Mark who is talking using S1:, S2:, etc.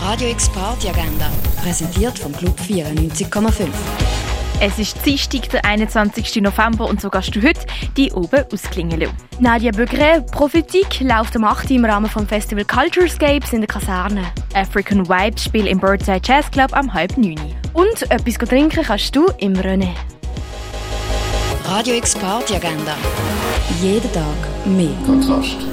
S1: Radio X Party Agenda, präsentiert vom Club 94,5.
S2: Es ist Dienstag, der 21. November und so gehst du heute die oben ausklingen
S3: Nadia Bögre, Prophetik, läuft am 8. Uhr im Rahmen vom Festival Culturescapes in der Kaserne.
S2: African Vibes Spiel im Birdside Jazz Club am halb 9. Uhr.
S3: Und etwas trinken kannst du im René.
S1: Radio X Party Agenda. Jeden Tag mehr.
S4: Kontrast.